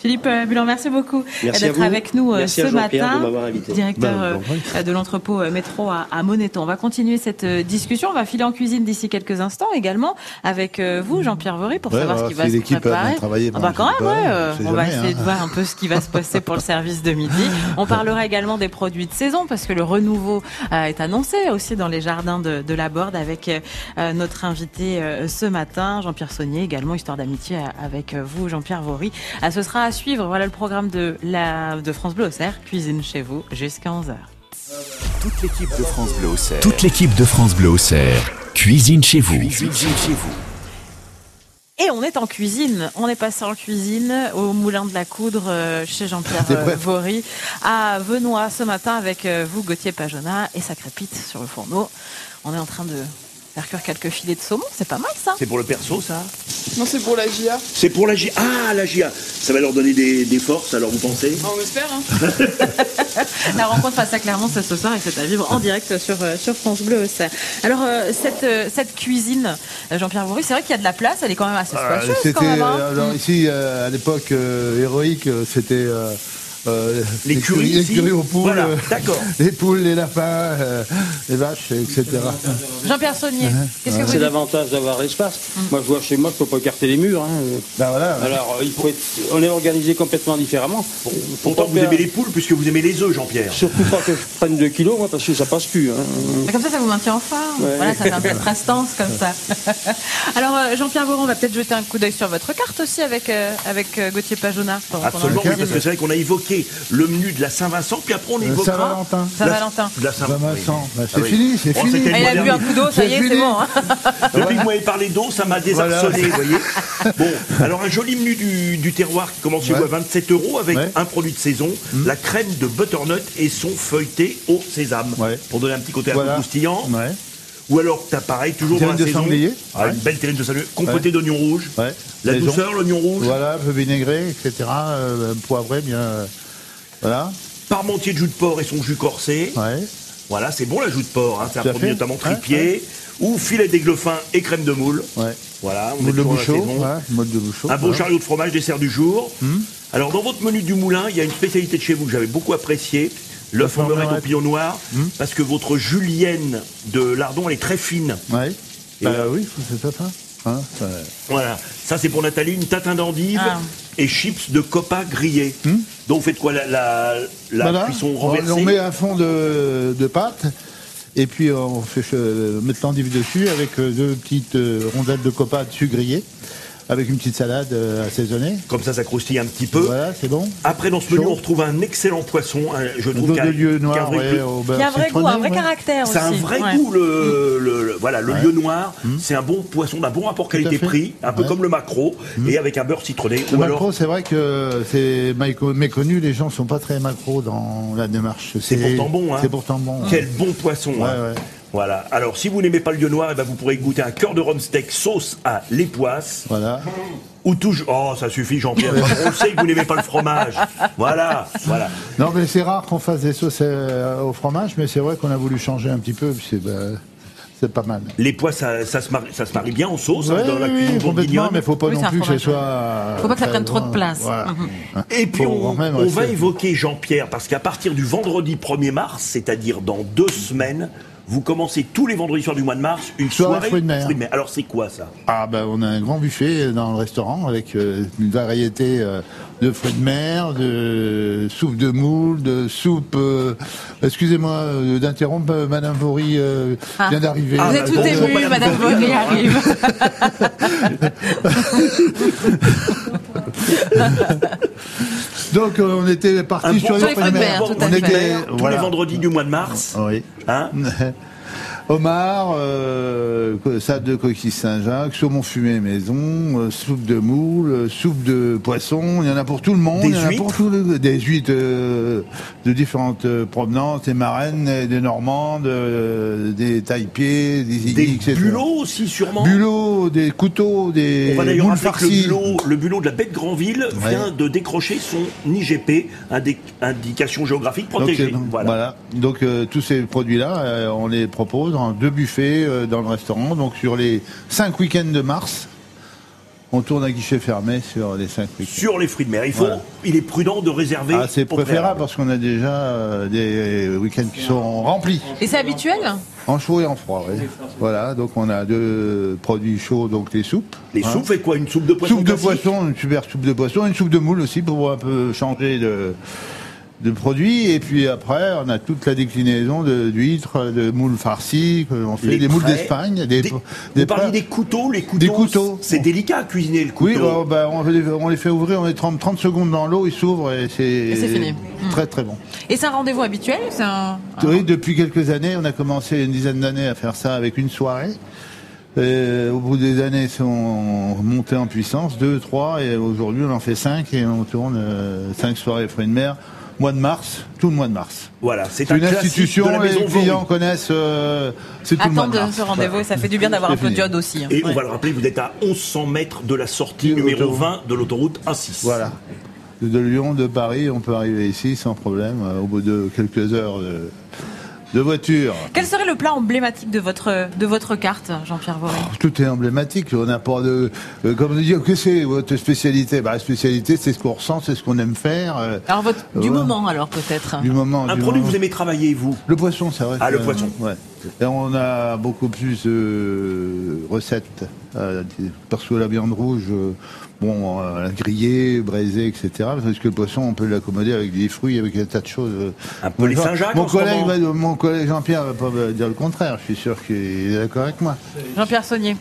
Philippe euh, Bulan, merci beaucoup Merci à d'être vous. avec nous euh, Merci ce à Jean-Pierre matin. de m'avoir invité. Directeur Ben, euh, bon, oui. euh, de l'entrepôt euh, métro à, à Monéton. On va continuer cette euh, discussion. On va filer en cuisine d'ici quelques instants également avec euh, vous, Jean-Pierre Vory, pour Ouais, savoir bah, ce qui va si se l'équipe a bien préparer. travaillé, Ah ben, bah, quand je même, sais ouais, pas, euh, on sait on va jamais, essayer hein. de voir un peu ce qui va se passer pour le service de midi. On parlera également des produits de saison parce que le renouveau euh, est annoncé aussi dans les jardins de, de la Borde avec euh, notre invité euh, ce matin, Jean-Pierre Saunier, également histoire d'amitié euh, avec euh, vous, Jean-Pierre Vory. Ah, ce sera à suivre. Voilà le programme de, la, de France Bleu Auxerre, cuisine chez vous jusqu'à 11h. Toute l'équipe de France Bleu Auxerre. Toute l'équipe de France Bleu Auxerre. Cuisine chez vous. chez vous. Et on est en cuisine. On est passé en cuisine au Moulin de la Coudre euh, chez Jean-Pierre T'es euh, prête Vory à Venoy ce matin avec euh, vous, Gauthier Pajona, et ça crépite sur le fourneau. On est en train de faire cuire quelques filets de saumon. C'est pas mal ça. C'est pour le perso, ça Non, c'est pour la JA. C'est pour la GIA. Ah, la GIA. Ça va leur donner des, des forces, alors vous pensez Ah, on espère, hein. La rencontre face à Clermont, c'est ce soir et c'est à vivre en direct sur, euh, sur France Bleu. Auxerre. Alors, euh, cette, euh, cette cuisine, euh, Jean-Pierre Vory, c'est vrai qu'il y a de la place. Elle est quand même assez Ah, spacieuse C'était quand même. hein. euh, alors ici euh, à l'époque euh, héroïque, euh, c'était euh, euh, Les l'écurie- curies, ici. l'écurie aux poules, Voilà, euh, d'accord. les poules, les lapins, euh, les vaches, etc. Jean-Pierre Saunier, qu'est-ce que vous C'est dites l'avantage d'avoir l'espace. Moi, je vois chez moi, je peux pas écarter les murs. hein. Ben voilà. Alors, euh, il faut être- on est organisé complètement différemment. Pour- pour Pourtant, pas vous faire- aimez les poules puisque vous aimez les œufs, Jean-Pierre. Surtout pas que je prenne 2 kilos, moi, parce que ça passe plus. hein. Mais Ah, comme ça, ça vous maintient en forme. Ouais. Voilà, ça fait un peu de prestance comme ça. Alors, euh, Jean-Pierre Boron, on va peut-être jeter un coup d'œil sur votre carte aussi avec, euh, avec euh, Gauthier Pajona. pendant- pendant Absolument, le oui, cuisine. parce que c'est vrai qu'on a évoqué le menu de la Saint-Vincent, puis après on euh, évoquera Saint-Valentin. Saint-Valentin. de la Saint-Vincent. oui. Bah, c'est fini, c'est Oh, fini. Bah, c'était Ah, il a le bu un dernier. coup d'eau, ça y est, J'ai c'est fini. bon. hein. Bah, Depuis que vous m'avez parlé d'eau, ça m'a désarçonné, vous voyez. Bon, alors un joli menu du, du terroir qui commence chez Ouais. vous à 27 euros avec Ouais. Hmm. un produit de saison, la crème de butternut et son feuilleté au sésame. Ouais. Pour donner un petit côté un Voilà. peu croustillant. Ouais. Ou alors, t'as pareil, toujours Terrine dans la de saison. sanglier. Ah, Ouais. Une belle terrine de sanglier. Compotée d'oignons rouges. Ouais. La Saison. douceur, l'oignon rouge. Voilà, un peu vinaigré, etc. euh, poivré, bien. euh, voilà. Parmentier de jus de porc et son jus corsé. Ouais. Voilà, c'est bon la joue de porc. hein. C'est un Tout à produit fait. notamment Ouais, tripier. Ou filet d'aiglefin et crème de moule. Ouais. Voilà, on est Moule de toujours dans la bouchot. saison. ouais, Hmm. Moule de bouchot. Un bon voilà. chariot de fromage, dessert du jour. Alors, dans votre menu du moulin, il y a une spécialité de chez vous que j'avais beaucoup appréciée. L'œuf L'œuf en omelette au omelette. pignon noir. Hmm. Parce que votre julienne de lardon, elle est très fine. Ouais. Et Bah là- oui, c'est ça, ça. Hein, ça- Voilà. Ça, c'est pour Nathalie, une tatin d'endive Ah. et chips de copa grillés. Donc, vous faites quoi La, la, la Hmm Voilà. cuisson on, renversée on met un fond de, de pâte et puis on fait euh, mettre l'endive dessus avec euh, deux petites euh, rondelles de copa dessus grillées. avec une petite salade euh, assaisonnée. Comme ça, ça croustille un petit peu. Voilà, c'est bon. Après, dans ce menu, Chaud. on retrouve un excellent poisson. un- je Un trouve dos qu'un- de lieu qu'un noir, vrai ouais, bleu- au Il beurre y a un vrai goût, citronné, un vrai ouais. caractère aussi. C'est un vrai Ouais. goût, le, le- le- voilà, le Ouais. Hmm. lieu noir. C'est un bon poisson d'un bon rapport à fait. qualité-prix, un peu Ouais. Hmm. comme le maquereau, et avec un beurre citronné. Le ou macro, alors, c'est vrai que c'est maïco- méconnu, les gens sont pas très macro dans la démarche. C'est pourtant bon, hein. C'est pourtant bon. quel bon poisson hein. ouais. Voilà. Alors, si vous n'aimez pas le lieu noir, eh ben, vous pourrez goûter un cœur de rhum steak sauce à l'époisse. Voilà. Ou toujours. Oh, ça suffit, Jean-Pierre. On sait que vous n'aimez pas le fromage. Voilà, voilà. Non, mais c'est rare qu'on fasse des sauces euh, au fromage, mais c'est vrai qu'on a voulu changer un petit peu, puis c'est bah, c'est pas mal. Les pois, ça, ça se, marie, ça se marie bien en sauce hein, Ouais, dans la oui, oui, cuisine complètement, bourguignonne. mais faut pas Oui, c'est non un plus que ce fromage. soit. euh, Faut pas que ça très prenne trop de loin. place. Mhm. Voilà. Et puis Faut on, quand même on rester- va évoquer Jean-Pierre, parce qu'à partir du vendredi 1er mars, c'est-à-dire dans deux semaines, vous commencez tous les vendredis soirs du mois de mars une Soirée soirée, fruits de mer. Alors c'est quoi ça Ah ben on a un grand buffet dans le restaurant avec euh, une variété euh, de fruits de mer, de soupe de moule, de soupe. euh, Excusez-moi euh, d'interrompre, euh, Madame Vaury euh, Ah. vient d'arriver. Euh, Vous êtes Ah, tout bonjour, ému, Madame Madame Vaury arrive. Donc euh, on était parti sur les fruits de mer. tout à on fait. était tous voilà. les vendredis du mois de mars. Oui. Hein Homard, euh, salade de coquille Saint-Jacques, saumon fumé maison, euh, soupe de moule, euh, soupe de poisson, il y en a pour tout le monde, Des il y en a huîtres pour tout le- des huîtres euh, de différentes euh, provenances, des marraines, euh, des normandes, euh, des taille-pieds, des Des ignis, etc. bulots aussi sûrement Bulots, des couteaux, des On va d'ailleurs moules rappeler que le farcies. bulot, le bulot de la baie de Grandville vient Ouais. de décrocher son IGP, indi- indication géographique Donc, protégée. euh, donc, voilà. voilà. Donc euh, tous ces produits-là, euh, on les propose en deux buffets euh, dans le restaurant. Donc sur les cinq week-ends de mars, on tourne un guichet fermé sur les cinq week-ends. Sur les fruits de mer, il faut, Voilà. il est prudent de réserver. Ah, c'est au préférable parce qu'on a déjà euh, des week-ends qui sont remplis Et c'est habituel en chaud et en froid. oui. Voilà, donc on a deux produits chauds, donc les soupes. Les Hein. soupes, et quoi Une soupe de poisson Soupe de classique poisson, une super soupe de poisson, une soupe de moule aussi pour un peu changer de, de produit. Et puis après, on a toute la déclinaison de- d'huîtres, de moules farcies, euh, on fait Les des moules prêts, d'Espagne. Des, Des, vous des parliez prêts. des couteaux, les couteaux. Des couteaux. C'est On- délicat à cuisiner le Oui, couteau. alors, bah, on, les, on les fait ouvrir, on les trempe 30 secondes dans l'eau, ils s'ouvrent et c'est Hmm. c'est fini. très très bon. Et c'est un rendez-vous habituel C'est un. Ah Oui, depuis quelques années, on a commencé une dizaine d'années à faire ça avec une soirée. Euh, au bout des années, ils sont montés en puissance, deux, trois, et aujourd'hui, on en fait cinq, et on tourne euh, cinq soirées fruits de mer, mois de mars, tout le mois de mars. Voilà, c'est C'est un une classique institution, de la les maison clients Vaury. connaissent, euh, c'est tout le mois de Attendre mars. ce rendez-vous et ça fait du bien d'avoir un C'est peu de fini. diode aussi. hein. Et on Ouais. va le rappeler, vous êtes à 1100 mètres de la sortie Du numéro autoroute. 20 de l'autoroute A6. Voilà. De- De Lyon, de Paris, on peut arriver ici sans problème, euh, au bout de quelques heures de, de voiture. Quel serait le plat emblématique de votre, de votre carte, Jean-Pierre Vaury Tout est emblématique. On n'a pas de. euh, comme on dit, qu'est-ce que c'est votre spécialité bah, La spécialité, c'est ce qu'on ressent, c'est ce qu'on aime faire. euh, Alors, votre, du Ouais. moment, alors, peut-être. du moment. Ah. Un du produit que moment. vous aimez travailler, vous Le poisson, c'est vrai. Ah, le Euh, poisson. Ouais. Et on a beaucoup plus de recettes. euh, perso, la viande rouge, euh, bon, euh, la grillée, braisée, etc. Parce que le poisson, on peut l'accommoder avec des fruits, avec un tas de choses. Un peu les Jean- Saint-Jacques en Mon ce collègue, moment. va- mon collègue Jean-Pierre va pas me dire le contraire. Je suis sûr qu'il est d'accord avec moi. Jean-Pierre Saunier.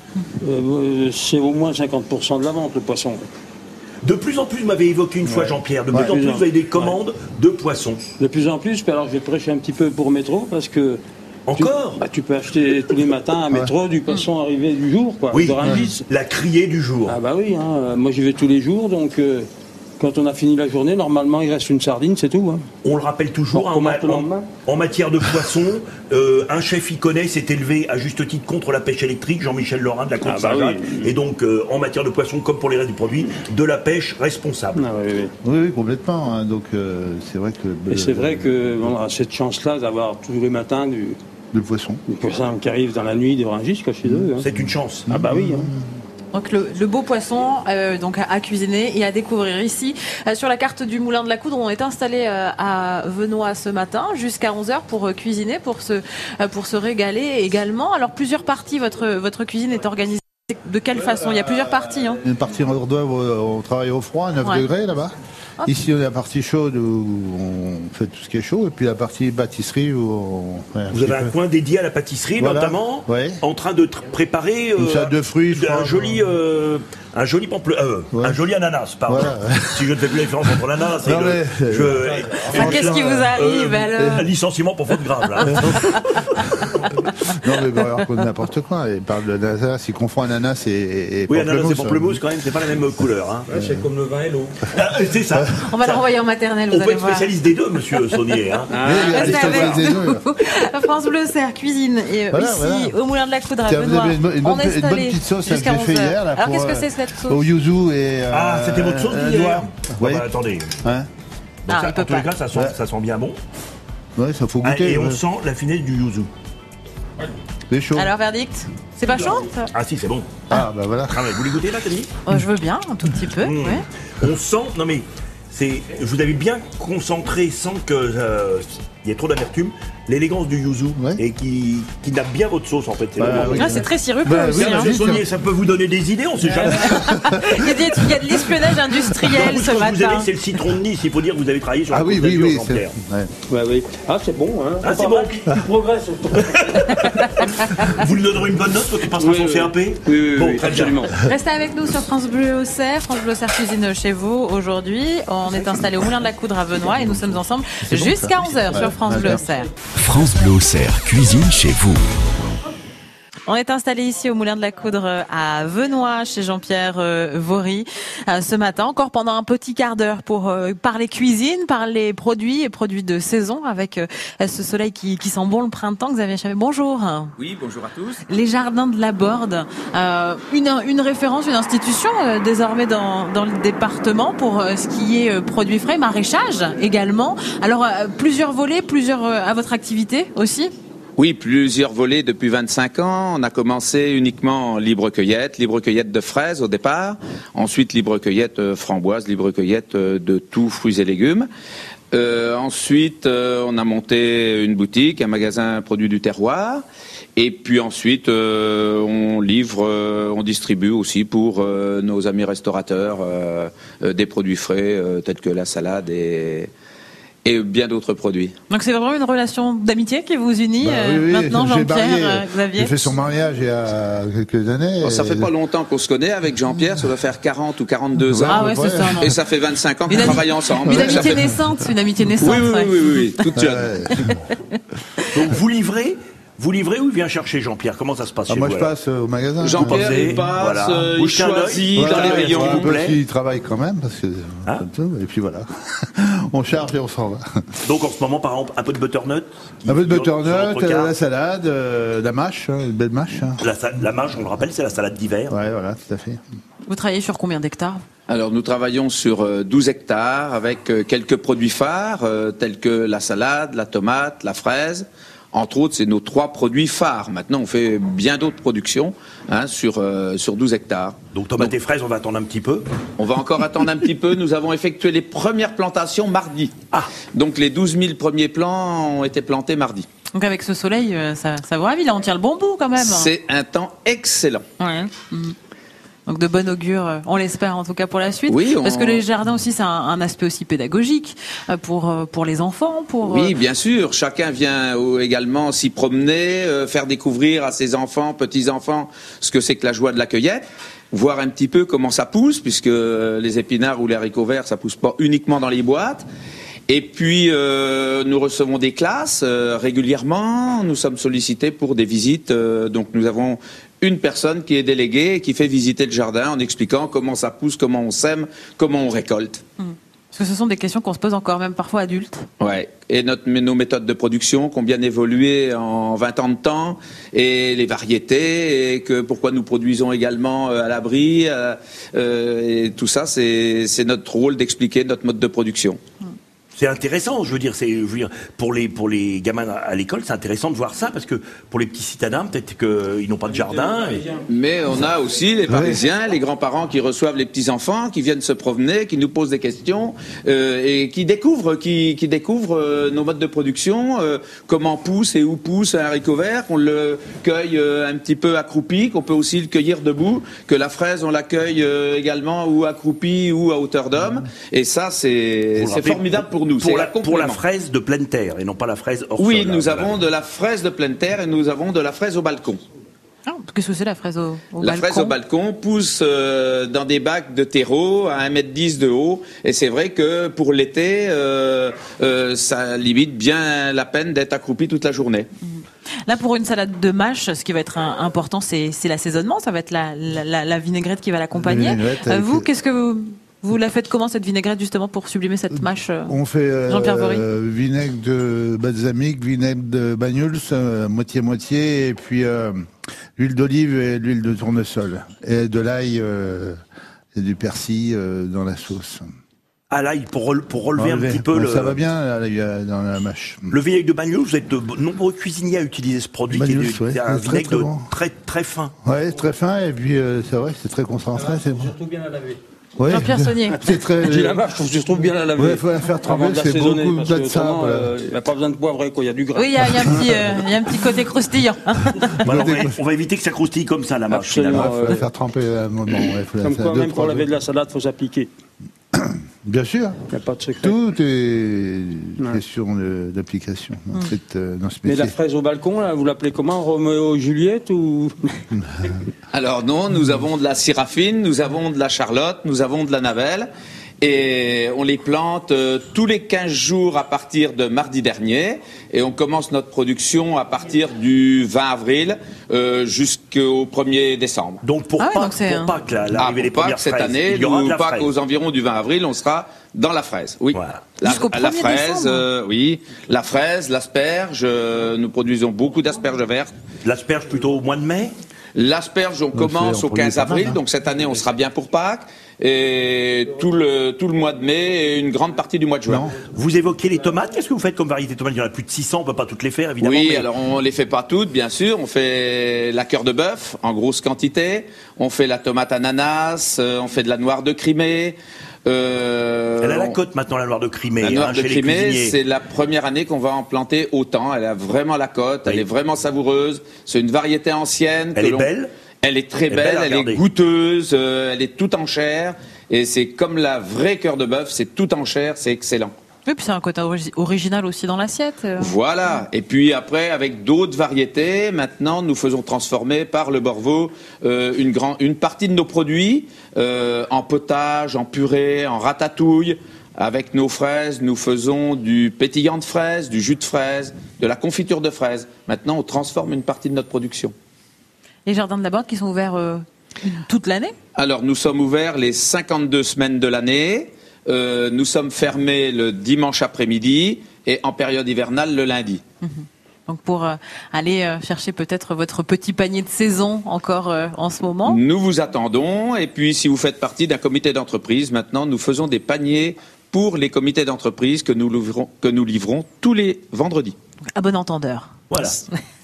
Euh, c'est au moins 50% de la vente, le poisson. De plus en plus, vous m'avez évoqué une fois, Jean-Pierre, de Ouais. plus en plus, vous avez des commandes de poissons. De plus en plus, puis alors je vais prêcher un petit peu pour métro parce que. tu- Encore bah, tu peux acheter tous les matins à métro du poisson arrivé du jour, quoi. Oui, bah, Mmh. de Rungis. la criée du jour. Ah bah oui, hein, euh, moi j'y vais tous les jours, donc euh, quand on a fini la journée, normalement il reste une sardine, c'est tout. hein. On le rappelle toujours, On hein, en, recommence ma- le en- lendemain. en matière de poisson, euh, un chef y connaît, s'est élevé à juste titre contre la pêche électrique, Jean-Michel Laurin de la Côte Ah bah Saint-Jacques. oui. Et donc, euh, en matière de poisson, comme pour les restes du produit, de la pêche responsable. Ah oui, oui. Oui, oui, complètement. hein. Donc, euh, c'est vrai que. Et c'est vrai qu'on a cette chance-là d'avoir tous les matins du, Le poisson. du poisson qui arrive dans la nuit de Rungis, quoi, chez eux. hein. C'est une chance. Ah bah oui. hein. Donc le, le beau poisson euh, donc à, à cuisiner et à découvrir ici. Euh, sur la carte du Moulin de la Coudre, on est installé euh, à Venoy ce matin jusqu'à 11h pour euh, cuisiner, pour se, euh, pour se régaler également. Alors plusieurs parties, votre, votre cuisine est organisée de quelle façon Il y a plusieurs parties. Hein. Une partie en hors d'œuvre, euh, on travaille au froid, à 9 Ouais. degrés là-bas. Hop. Ici, on a la partie chaude où on fait tout ce qui est chaud, et puis la partie pâtisserie où on fait un Vous avez petit un peu- coin dédié à la pâtisserie, Voilà. notamment, Ouais. en train de tr- préparer euh, Une salade de fruits, je un crois. joli euh, un joli pample, euh, Ouais. un joli ananas, pardon. Voilà. Si je ne fais plus la différence entre l'ananas et Non, le, mais- euh, je- euh, Enfin, qu'est-ce qui vous arrive alors un licenciement pour faute grave. Là. hein. Non, mais bon, alors qu'on dit n'importe quoi. Il parle de Nanas, il confond Ananas et, et, et Oui, ananas et pamplemousse. pamplemousse quand même, c'est pas la même couleur. Hein. C'est comme le vin et l'eau. Ah, c'est ça. On va le Ça- renvoyer en maternelle, On vous peut allez être voir. spécialiste des deux, monsieur Saunier. Hein. Oui, oui, Restez Christophe avec Bézénou, nous. là. France Bleu Serre Cuisine et hein. euh, Voilà, ici voilà. au Moulin de la Coudre à Tiens, vous Ah, Benoît. avez une bonne- une bonne- on est une bonne installé petite sauce, là, que jusqu'à j'ai fait 11 heures. hier, là, Alors pour, qu'est-ce que euh, c'est cette sauce Au yuzu et. euh, Ah, c'était votre sauce euh, d'hier. noir. Bon, Oui. bah, attendez. Ouais. Donc Ah, ça, on peut en tous les pas. cas, ça sent, Ouais. euh. ça sent bien bon. Hein? Ouais, ça faut Ah, goûter. et on ouais. sent la finesse du yuzu. C'est chaud. Alors verdict C'est pas chaud ça Ah si, c'est bon. Ah, bah voilà. Ah, ouais, vous les goûtez là, t'as dit Oh, Je veux bien, un tout petit peu. Mmh. ouais. On sent, non mais, c'est, je vous avais bien concentré sans que euh, il y ait trop d'amertume, l'élégance du yuzu Ouais. et qui, qui nappe bien votre sauce en fait. C'est Bah, vraiment- oui. Ah, c'est très sirupeux Bah, aussi. oui, hein. Monsieur oui. Saunier, ça peut vous donner des idées, on sait jamais. Il y a des- il y a de l'espionnage industriel Vous, ce ce que vous aimez, matin. c'est le citron de Nice. Il faut dire que vous avez travaillé sur la Ah oui, Côte oui, d'Azur, oui. c'est- Jean-Pierre. ouais. Ouais, oui. Ah, c'est bon, hein. Ah, c'est Pas bon. mal. Tu progresses. Vous lui donnerez une bonne note quand il passera Oui, son oui. CAP Oui, oui, Bon, oui, très bien. absolument. Restez avec nous sur France Bleu au Cerf, France Bleu Serre Cuisine chez vous. Aujourd'hui, on est installé au Moulin de la Coudre à Benoît et nous sommes ensemble jusqu'à 11h sur France Bleu au Cerf. France Bleu Auxerre, cuisine chez vous. On est installé ici au Moulin de la Coudre euh, à Venoy, chez Jean-Pierre euh, Vory, euh, ce matin. Encore pendant un petit quart d'heure pour euh, parler cuisine, parler produits et produits de saison avec euh, ce soleil qui, qui sent bon le printemps. Xavier Chavet, bonjour. Oui, bonjour à tous. Les jardins de la Borde, euh, une, une référence, une institution euh, désormais dans, dans le département pour euh, ce qui est euh, produits frais, maraîchage également. Alors euh, plusieurs volets, plusieurs euh, à votre activité aussi. Oui, plusieurs volets depuis 25 ans. On a commencé uniquement en libre cueillette, libre cueillette de fraises au départ, ensuite libre cueillette euh, framboise, libre cueillette euh, de tout fruits et légumes. Euh, ensuite, euh, on a monté une boutique, un magasin produits du terroir, et puis ensuite, euh, on livre, euh, on distribue aussi pour euh, nos amis restaurateurs euh, euh, des produits frais euh, tels que la salade et- et bien d'autres produits. Donc c'est vraiment une relation d'amitié qui vous unit Bah euh, oui, oui, maintenant, j'ai marié. Jean-Pierre, euh, Xavier. J'ai fait son mariage il y a quelques années. Bon, Oh, ça fait pas Et- longtemps qu'on se connaît avec Jean-Pierre, ça doit faire 40 ou 42 ans. Ah Euh, ouais, c'est ça. non. Et ça fait 25 ans qu'on Une ami- travaille ensemble. Une Ça amitié fait- naissante, une amitié naissante. Oui, oui, ouais. oui, oui, oui, toute jeune. Ouais. Donc vous livrez, vous livrez ou il vient chercher Jean-Pierre Comment ça se passe Ah, chez moi, vous je alors passe euh, au magasin. Jean-Pierre, Pensez, il passe, voilà. euh, il Bouchez un œil. choisit dans Voilà, les ouais, rayons. voilà. un vous peu plaît. s'il Ah. travaille quand même, parce que. Hein comme tout, et puis voilà. on charge et on s'en va. Donc en ce moment, par exemple, un peu de butternut. qui Un peu de figure sur butternut, votre euh, carte. la salade, euh, la mâche, hein, une belle mâche. hein. La, sa- la marge, on le rappelle, c'est la salade d'hiver. Ouais, voilà, tout à fait. Vous travaillez sur combien d'hectares Alors nous travaillons sur euh, 12 hectares avec euh, quelques produits phares euh, tels que la salade, la tomate, la fraise. Entre autres, c'est nos trois produits phares. Maintenant, on fait bien d'autres productions hein, sur, euh, sur 12 hectares. Donc tomates et fraises, on va attendre un petit peu. On va encore attendre un petit peu. Nous avons effectué les premières plantations mardi. Ah. Donc les 12 000 premiers plants ont été plantés mardi. Donc avec ce soleil, euh, ça, ça vous ravit, là on tient le bon bout quand même. C'est un temps excellent. Ouais. Mm. Donc de bon augure, euh, on l'espère en tout cas pour la suite. Oui, on- Parce que les jardins aussi, c'est un, un aspect aussi pédagogique euh, pour, euh, pour les enfants, pour... Oui, euh, bien sûr. Chacun vient euh, également s'y promener, euh, faire découvrir à ses enfants, petits-enfants, ce que c'est que la joie de la cueillette, voir un petit peu comment ça pousse, puisque euh, les épinards ou les haricots verts, ça pousse pas uniquement dans les boîtes. Et puis, euh, nous recevons des classes euh, régulièrement. Nous sommes sollicités pour des visites. euh, donc, nous avons une personne qui est déléguée et qui fait visiter le jardin en expliquant comment ça pousse, comment on sème, comment on récolte. Parce que ce sont des questions qu'on se pose encore même parfois adultes. Ouais. Et notre, mais nos méthodes de production qui ont bien évolué en 20 ans de temps, et les variétés, et que pourquoi nous produisons également euh, à l'abri, euh, euh, et tout ça, c'est c'est notre rôle d'expliquer notre mode de production. C'est intéressant, je veux dire, c'est, je veux dire, pour les pour les gamins à- à l'école, c'est intéressant de voir ça parce que pour les petits citadins, peut-être qu'ils n'ont pas de jardin. et- Mais on a aussi les Parisiens, les grands-parents qui reçoivent les petits-enfants, qui viennent se promener, qui nous posent des questions euh, et qui découvrent, qui, qui découvrent euh, nos modes de production, euh, comment pousse et où pousse un haricot vert, qu'on le cueille euh, un petit peu accroupi, qu'on peut aussi le cueillir debout, que la fraise on la cueille euh, également ou accroupi ou à hauteur d'homme. Et ça c'est Vous le c'est rappelez, formidable pour nous. Pour c'est la, un pour la complément. fraise de pleine terre et non pas la fraise hors Oui, sol, nous hein, avons de la fraise de pleine terre et nous avons de la fraise au balcon. Ah, Qu'est-ce que c'est la fraise au, au La balcon fraise au balcon pousse euh, dans des bacs de terreau à 1m10 de haut. Et c'est vrai que pour l'été, euh, euh, ça limite bien la peine d'être accroupi toute la journée. Là, pour une salade de mâche, ce qui va être un- important, c'est c'est l'assaisonnement. Ça va être la, la- la- la vinaigrette qui va l'accompagner. La vinaigrette Euh, avec- vous, qu'est-ce que vous, vous la faites comment cette vinaigrette justement pour sublimer cette mâche euh On fait euh, Jean-Pierre Vory. euh, vinaigre de balsamique, vinaigre de bagnols, euh, moitié-moitié, et puis euh, l'huile d'olive et l'huile de tournesol. Et de l'ail euh, et du persil euh, dans la sauce. Ah là, il- pour, rele- pour relever Enlever. un petit peu Bon, le, Ça va bien là, il y a- dans la mâche. le vinaigre de Bagnols, vous êtes de b- nombreux cuisiniers à utiliser ce produit Bagnols, qui est, du- ouais. un Très, vinaigre très de- bon. très, très fin. Ouais, très fin, et puis euh, c'est vrai que c'est très concentré, c'est bon. Ah, Surtout bien la laver. Ouais. Jean-Pierre Saunier. C'est très. Je dis la marche, je trouve bien la laver. Ouais, faut la faire tremper, Avant de c'est l'assaisonner, beaucoup parce de que ça, autrement, voilà. euh, Il n'y a pas besoin de poivre quoi, il y a du gras. Oui, il y, a il y a un petit, euh, il y a un petit côté croustillant. Bon, alors, on, va, on va éviter que ça croustille comme ça, la marche. Absolument. finalement. Ouais, faut euh, la faire tremper à un moment. ouais, faut la Comme faire quoi, deux, même pour trois laver jours. de la salade, il faut s'appliquer. Bien sûr. Il n'y a pas de secret. Tout est question de- d'application en fait, euh, dans ce Mm. Mais métier. la fraise au balcon, là, vous l'appelez comment Roméo et Juliette ou Alors non, nous avons de la syrafine, nous avons de la charlotte, nous avons de la navelle. Et on les plante euh, tous les 15 jours à partir de mardi dernier. Et on commence notre production à partir du 20 avril euh, jusqu'au 1er décembre. Donc pour Ah ouais, Pâques, donc c'est pour un- Pâques, là, Ah, l'arrivée des pour Pâques, premières cette fraises, année, il y aura nous, de la Pâques, fraise. aux environs du 20 avril, on sera dans la fraise. Oui. Voilà. La, Jusqu'au la 1er fraise, décembre. euh, oui. La fraise, l'asperge. euh, nous produisons beaucoup d'asperges vertes. L'asperge plutôt au mois de mai L'asperge, on commence c'est- on au produit 15 pas mal, avril, hein. donc cette année, on sera bien pour Pâques. Et tout le, tout le mois de mai et une grande partie du mois de juin. Non. Vous évoquez les tomates, qu'est-ce que vous faites comme variété de tomates Il y en a plus de 600, on peut pas toutes les faire évidemment. Oui, mais- alors on les fait pas toutes, bien sûr. On fait la cœur de bœuf en grosse quantité. On fait la tomate ananas. euh, on fait de la noire de Crimée. Euh, Elle a la on- cote maintenant, la noire de Crimée. La hein, noire de chez les Crimée, cuisiniers. c'est la première année qu'on va en planter autant. Elle a vraiment la cote, elle Oui. est vraiment savoureuse. C'est une variété ancienne. Elle que est l'on- belle Elle est très Elle est belle, belle à elle est regarder. goûteuse, euh, elle est tout en chair. Et c'est comme la vraie cœur de bœuf, c'est tout en chair, c'est excellent. Oui, puis c'est un côté origi- original aussi dans l'assiette. euh. Voilà. Et puis après, avec d'autres variétés, maintenant, nous faisons transformer par le Borvo euh, une, grand- une partie de nos produits euh, en potage, en purée, en ratatouille. Avec nos fraises, nous faisons du pétillant de fraises, du jus de fraises, de la confiture de fraises. Maintenant, on transforme une partie de notre production. Les jardins de la Borde qui sont ouverts euh, toute l'année. Alors, nous sommes ouverts les 52 semaines de l'année. Euh, nous sommes fermés le dimanche après-midi et en période hivernale le lundi. Donc pour euh, aller euh, chercher peut-être votre petit panier de saison encore euh, en ce moment. Mm. Nous vous attendons. Et puis, si vous faites partie d'un comité d'entreprise, maintenant, nous faisons des paniers pour les comités d'entreprise que nous, l'ouvrons- que nous livrons tous les vendredis. À bon entendeur. Voilà.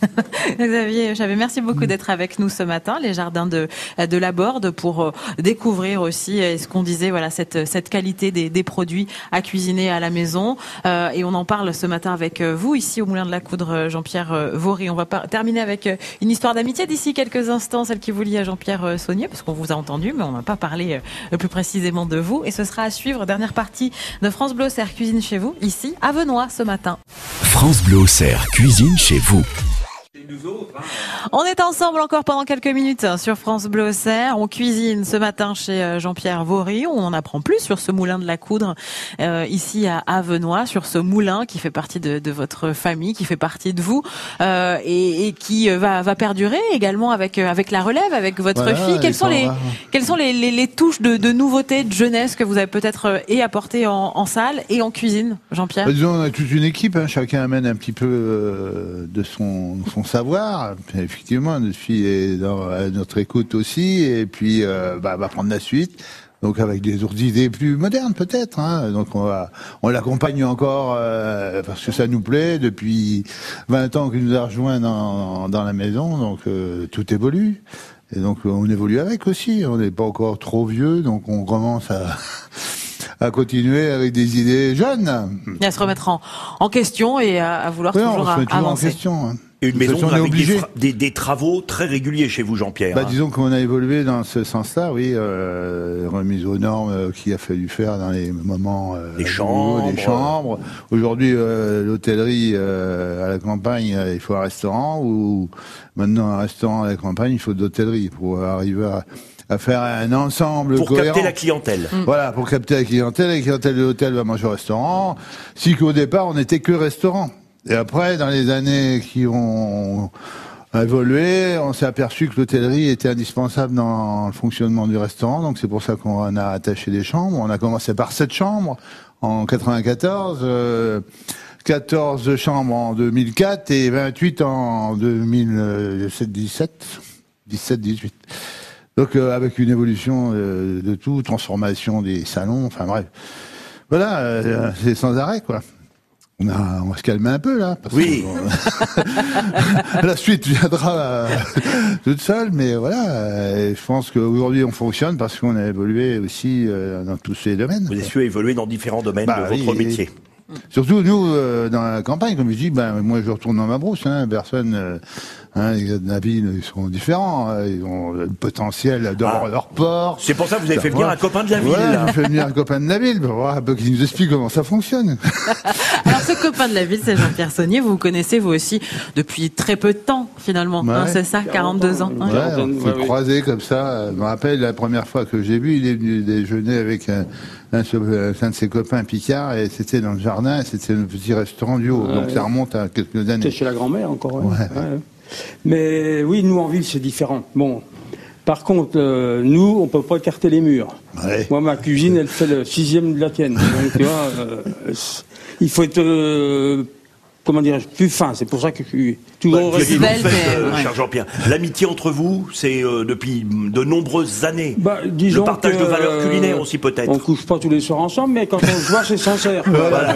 Xavier Chavet, merci beaucoup d'être avec nous ce matin, les jardins de, de la Borde, pour euh, découvrir aussi euh, ce qu'on disait, voilà, cette, cette qualité des, des produits à cuisiner à la maison. Euh, et on en parle ce matin avec euh, vous, ici au Moulin de la Coudre, euh, Jean-Pierre euh, Vaury. On va par- terminer avec euh, une histoire d'amitié d'ici quelques instants, celle qui vous lie à Jean-Pierre euh, Saunier, parce qu'on vous a entendu, mais on n'a pas parlé euh, plus précisément de vous. Et ce sera à suivre, dernière partie de France Bleu, Serre Cuisine chez vous, ici, à Venoy ce matin. France Bleu Auxerre, cuisine chez vous. On est ensemble encore pendant quelques minutes hein, sur France Bleu Auxerre. On cuisine ce matin chez euh, Jean-Pierre Vaury. On en apprend plus sur ce moulin de la coudre euh, ici à Avenois, sur ce moulin qui fait partie de, de votre famille, qui fait partie de vous euh, et, et qui euh, va, va perdurer également avec euh, avec la relève, avec votre Voilà, fille. Quelles il sont s'en les va. quelles sont les, les, les touches de, de nouveautés, de jeunesse que vous avez peut-être euh, et apportées en, en salle et en cuisine, Jean-Pierre Bah, disons, on a toute une équipe, hein, chacun amène un petit peu euh, de son, son savoir. Et Effectivement, notre fille est dans- à notre écoute aussi, et puis euh, bah, va prendre la suite. Donc avec des autres idées plus modernes peut-être. hein. Donc on va, on l'accompagne encore euh, parce que ça nous plaît depuis 20 ans qu'il nous a rejoint dans, dans la maison. Donc euh, tout évolue. Et donc on évolue avec aussi. On n'est pas encore trop vieux, donc on commence à, à continuer avec des idées jeunes. Et à se remettre en, en question et à, à vouloir Oui, toujours, on se a- met toujours en avancer. question. hein. Et une De toute maison façon, on est avec des, obligé. fra- des- des travaux très réguliers chez vous, Jean-Pierre. Bah, hein. disons qu'on a évolué dans ce sens-là, oui. euh, remise aux normes euh, qu'il a fallu faire dans les moments. euh, Les du chambres. boulot, des chambres. Aujourd'hui, euh, l'hôtellerie euh, à la campagne, euh, il faut un restaurant. Ou maintenant, un restaurant à la campagne, il faut de l'hôtellerie pour arriver à, à faire un ensemble pour cohérent. capter la clientèle. Voilà, pour capter la clientèle, la clientèle de l'hôtel bah, va manger au restaurant. Si qu'au départ, on n'était que restaurant. Et après, dans les années qui ont évolué, on s'est aperçu que l'hôtellerie était indispensable dans le fonctionnement du restaurant. Donc c'est pour ça qu'on a attaché des chambres. On a commencé par sept chambres en 94. euh, 14 chambres en 2004 et 28 en 2017-17. 17-18. Donc euh, avec une évolution euh, de tout, transformation des salons, enfin bref. Voilà, euh, c'est sans arrêt quoi. On, a, on va se calmer un peu là. parce Oui. que, euh, la suite viendra euh, toute seule, mais voilà. euh, et je pense qu'aujourd'hui on fonctionne parce qu'on a évolué aussi euh, dans tous ces domaines. Vous quoi. avez su évoluer dans différents domaines Bah de oui, votre et- métier. Surtout nous euh, dans la campagne, comme je dis, ben moi je retourne dans ma brousse. Hein, personne, euh, hein, les gars de la ville, ils sont différents. euh, ils ont le potentiel dans Ah. leur- leur port. C'est pour ça que vous avez fait venir Bah Ouais. un copain de la ville. Voilà, là. j'ai fait venir un copain de la ville pour voir un peu qu'il nous explique comment ça fonctionne. Alors ce copain de la ville, c'est Jean-Pierre Saunier, vous vous connaissez vous aussi depuis très peu de temps finalement, Ouais. hein, c'est ça, 42 ans. hein. Ouais, on s'est ouais, ouais. croisés comme ça. Je me rappelle la première fois que j'ai vu, il est venu déjeuner avec un, un de un de ses copains Picard et c'était dans le jardin, c'était un petit restaurant du haut. Donc ça remonte à quelques T'es années. chez la grand-mère encore. hein. Ouais. Mais oui, nous en ville, c'est différent. Bon. Par contre, euh, nous, on peut pas écarter les murs. Ouais. Moi, ma cuisine, elle fait le sixième de la tienne. Donc, tu vois, euh, c'est- il faut être, euh, comment dirais-je, plus fin. C'est pour ça que je suis Bah, toujours au Vous avez régime. Belle, fait, euh, mais- cher Jean-Pierre, l'amitié entre vous, c'est euh, depuis de nombreuses années. Bah, disons le partage que, de valeurs euh, culinaires aussi peut-être. On couche pas tous les soirs ensemble, mais quand on se voit, c'est sincère. Voilà.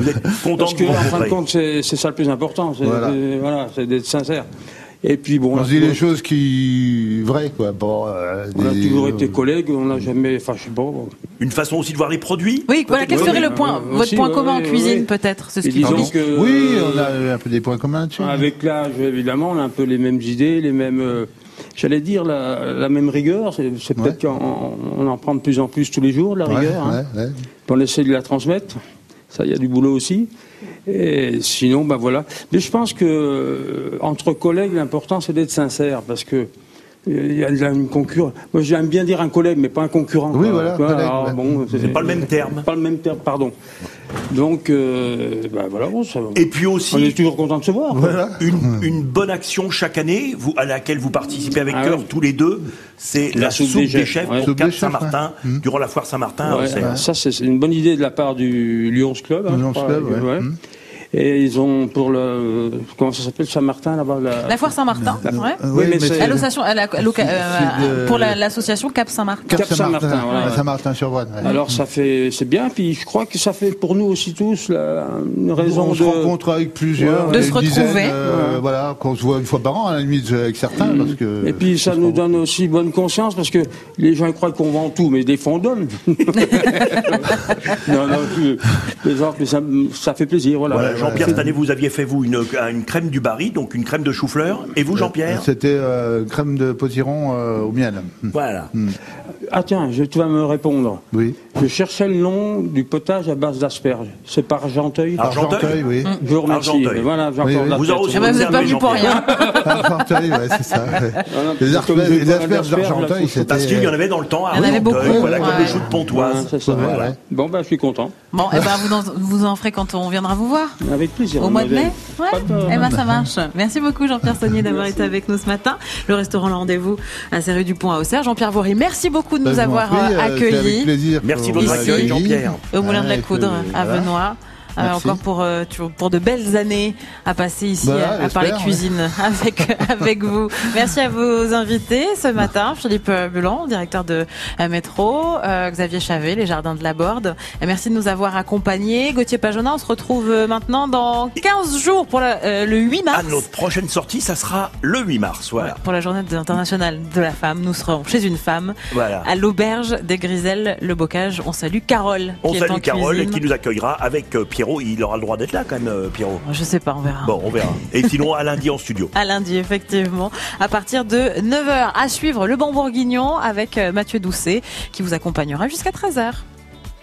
Vous êtes content Parce de que, vous en fin de rencontrer. compte, c'est c'est ça le plus important. C'est Voilà. c'est- voilà, c'est d'être sincère. Et puis, bon, On on se dit les a, choses qui vraies quoi. Bon, euh, on a des- toujours été collègues, on n'a jamais. Enfin, je sais pas. bon. Une façon aussi de voir les produits. Oui, voilà, Peut-être, quel serait oui, le point, oui, votre aussi, point oui, commun en oui, cuisine oui. peut-être, c'est ce Et qui disons explique. que- Ah, Oui, on a un peu des points communs là-dessus. Avec l'âge, évidemment, on a un peu les mêmes idées, les mêmes. euh, J'allais dire la, la même rigueur. C'est c'est Ouais. peut-être qu'on on en prend de plus en plus tous les jours, la Ouais, rigueur. hein. ouais, ouais. Puis On essaie de la transmettre. Ça, il y a du boulot aussi. Et sinon, ben voilà. Mais je pense que euh, entre collègues, l'important c'est d'être sincère parce que euh, il y a de la- une concurrence. Moi, j'aime bien dire un collègue, mais pas un concurrent. Oui, quoi. voilà, Tu vois, collègue, alors, ouais. bon, C'est pas le même terme. Pas le même terme, pardon. Donc, euh, ben voilà, bon, ça- Et puis on est aussi toujours content de se voir. quoi. Voilà. une, une bonne action chaque année vous, à laquelle vous participez avec Ah cœur oui. tous les deux. C'est la, soupe, des chefs, ouais. pour Soupe des Cap chefs, Saint-Martin durant la foire Ah, Saint-Martin. à Ouais, Auxerre. Ça, c'est c'est une bonne idée de la part du Lyons Club. hein, Du je Lyons crois, Club, euh, ouais. ouais. Mm. Et ils ont pour le. euh, Comment ça s'appelle Saint-Martin là-bas La foire Saint-Martin, c'est vrai Euh, Ah Oui, mais c'est- L'allocation- à la- loca- c'est euh, de- pour la- l'association Cap Saint-Martin. Eh ben, Cap Cap Saint-Martin, Saint-Martin, voilà, ouais. sur Voine. Alors ça fait, c'est bien. Puis je crois que ça fait pour nous aussi tous la, une raison on de. se rencontre avec plusieurs, Ouais, ouais. De se une dizaine, retrouver. euh, Ouais. voilà, qu'on se voit une fois par an à la limite avec certains, parce que. Et puis euh, ça on se nous rencontre. donne aussi bonne conscience parce que les gens ils croient qu'on vend tout, mais des fois on donne. non, non, je plaisante, mais ça, ça fait plaisir. Voilà. Voilà, Jean-Pierre, C'est- cette année, vous aviez fait, vous, une, une crème du Barry, donc une crème de chou-fleur. Et vous, Jean-Pierre C'était euh, crème de potiron euh, au miel. Voilà. Ah tiens, je, tu vas me répondre. Oui. Je cherchais le nom du potage à base d'asperges. C'est par Argenteuil. Argenteuil oui. Je vous remercie. Argenteuil. Voilà, j'ai Ah, Oui, encore oui. de la Vous tête. aurez aussi- Eh ben, vous n'êtes pas Vous venu pour avez rien. Argenteuil, ouais, c'est ça. ouais. Voilà, Les parce que comme asperges- j'ai les pas asperges d'asperges, là, d'Argenteuil, faut- c'était. Parce qu'il y en avait dans le temps. à Il y en avait Argenteuil, beaucoup, Voilà, comme ouais. le chou de Pontoise. Ouais, Ah, c'est ça, Ouais, voilà. ouais. Bon, ben, je suis content. Bon, eh ben, vous, en- vous en ferez quand on viendra vous voir. Avec plaisir. Au mois de mai Ouais. Pas de- Eh ben ça marche. Merci beaucoup Jean-Pierre Saunier d'avoir été avec nous ce matin. Le restaurant Le Rendez-vous à Serré du Pont à Auxerre. Jean-Pierre Vaury, merci beaucoup de nous Bah, je vous en avoir prie, euh, euh, c'est Avec accueillis plaisir. Merci de pour votre Ici. accueil, Jean-Pierre. au Moulin de la Ouais, Coudre que- à Ah, voilà. Benoît. Euh, Merci. encore pour, euh, tu- pour de belles années à passer ici Bah, à- à, j'espère, parler ouais. cuisine avec, avec vous. Merci à vos invités ce matin. Philippe Bulan, directeur de euh, Métro, euh, Xavier Chavet, les jardins de la Borde. Et merci de nous avoir accompagnés. Gauthier Pajona, on se retrouve euh, maintenant dans 15 jours pour la- euh, le 8 mars. Ah, notre prochaine sortie, ça sera le 8 mars. Voilà. Pour la journée internationale de la femme, nous serons chez une femme Voilà. à l'auberge des Griselles, le Bocage. On salue Carole. On qui est en salue Carole cuisine. qui nous accueillera avec euh, Pierrot Pierrot, il aura le droit d'être là quand même, euh, Pierrot. Je sais pas, on verra. Bon, on verra. Et sinon, à lundi en studio. À lundi, effectivement, à partir de 9h. À suivre le Bon Bourguignon avec euh, Mathieu Doucet qui vous accompagnera jusqu'à 13h.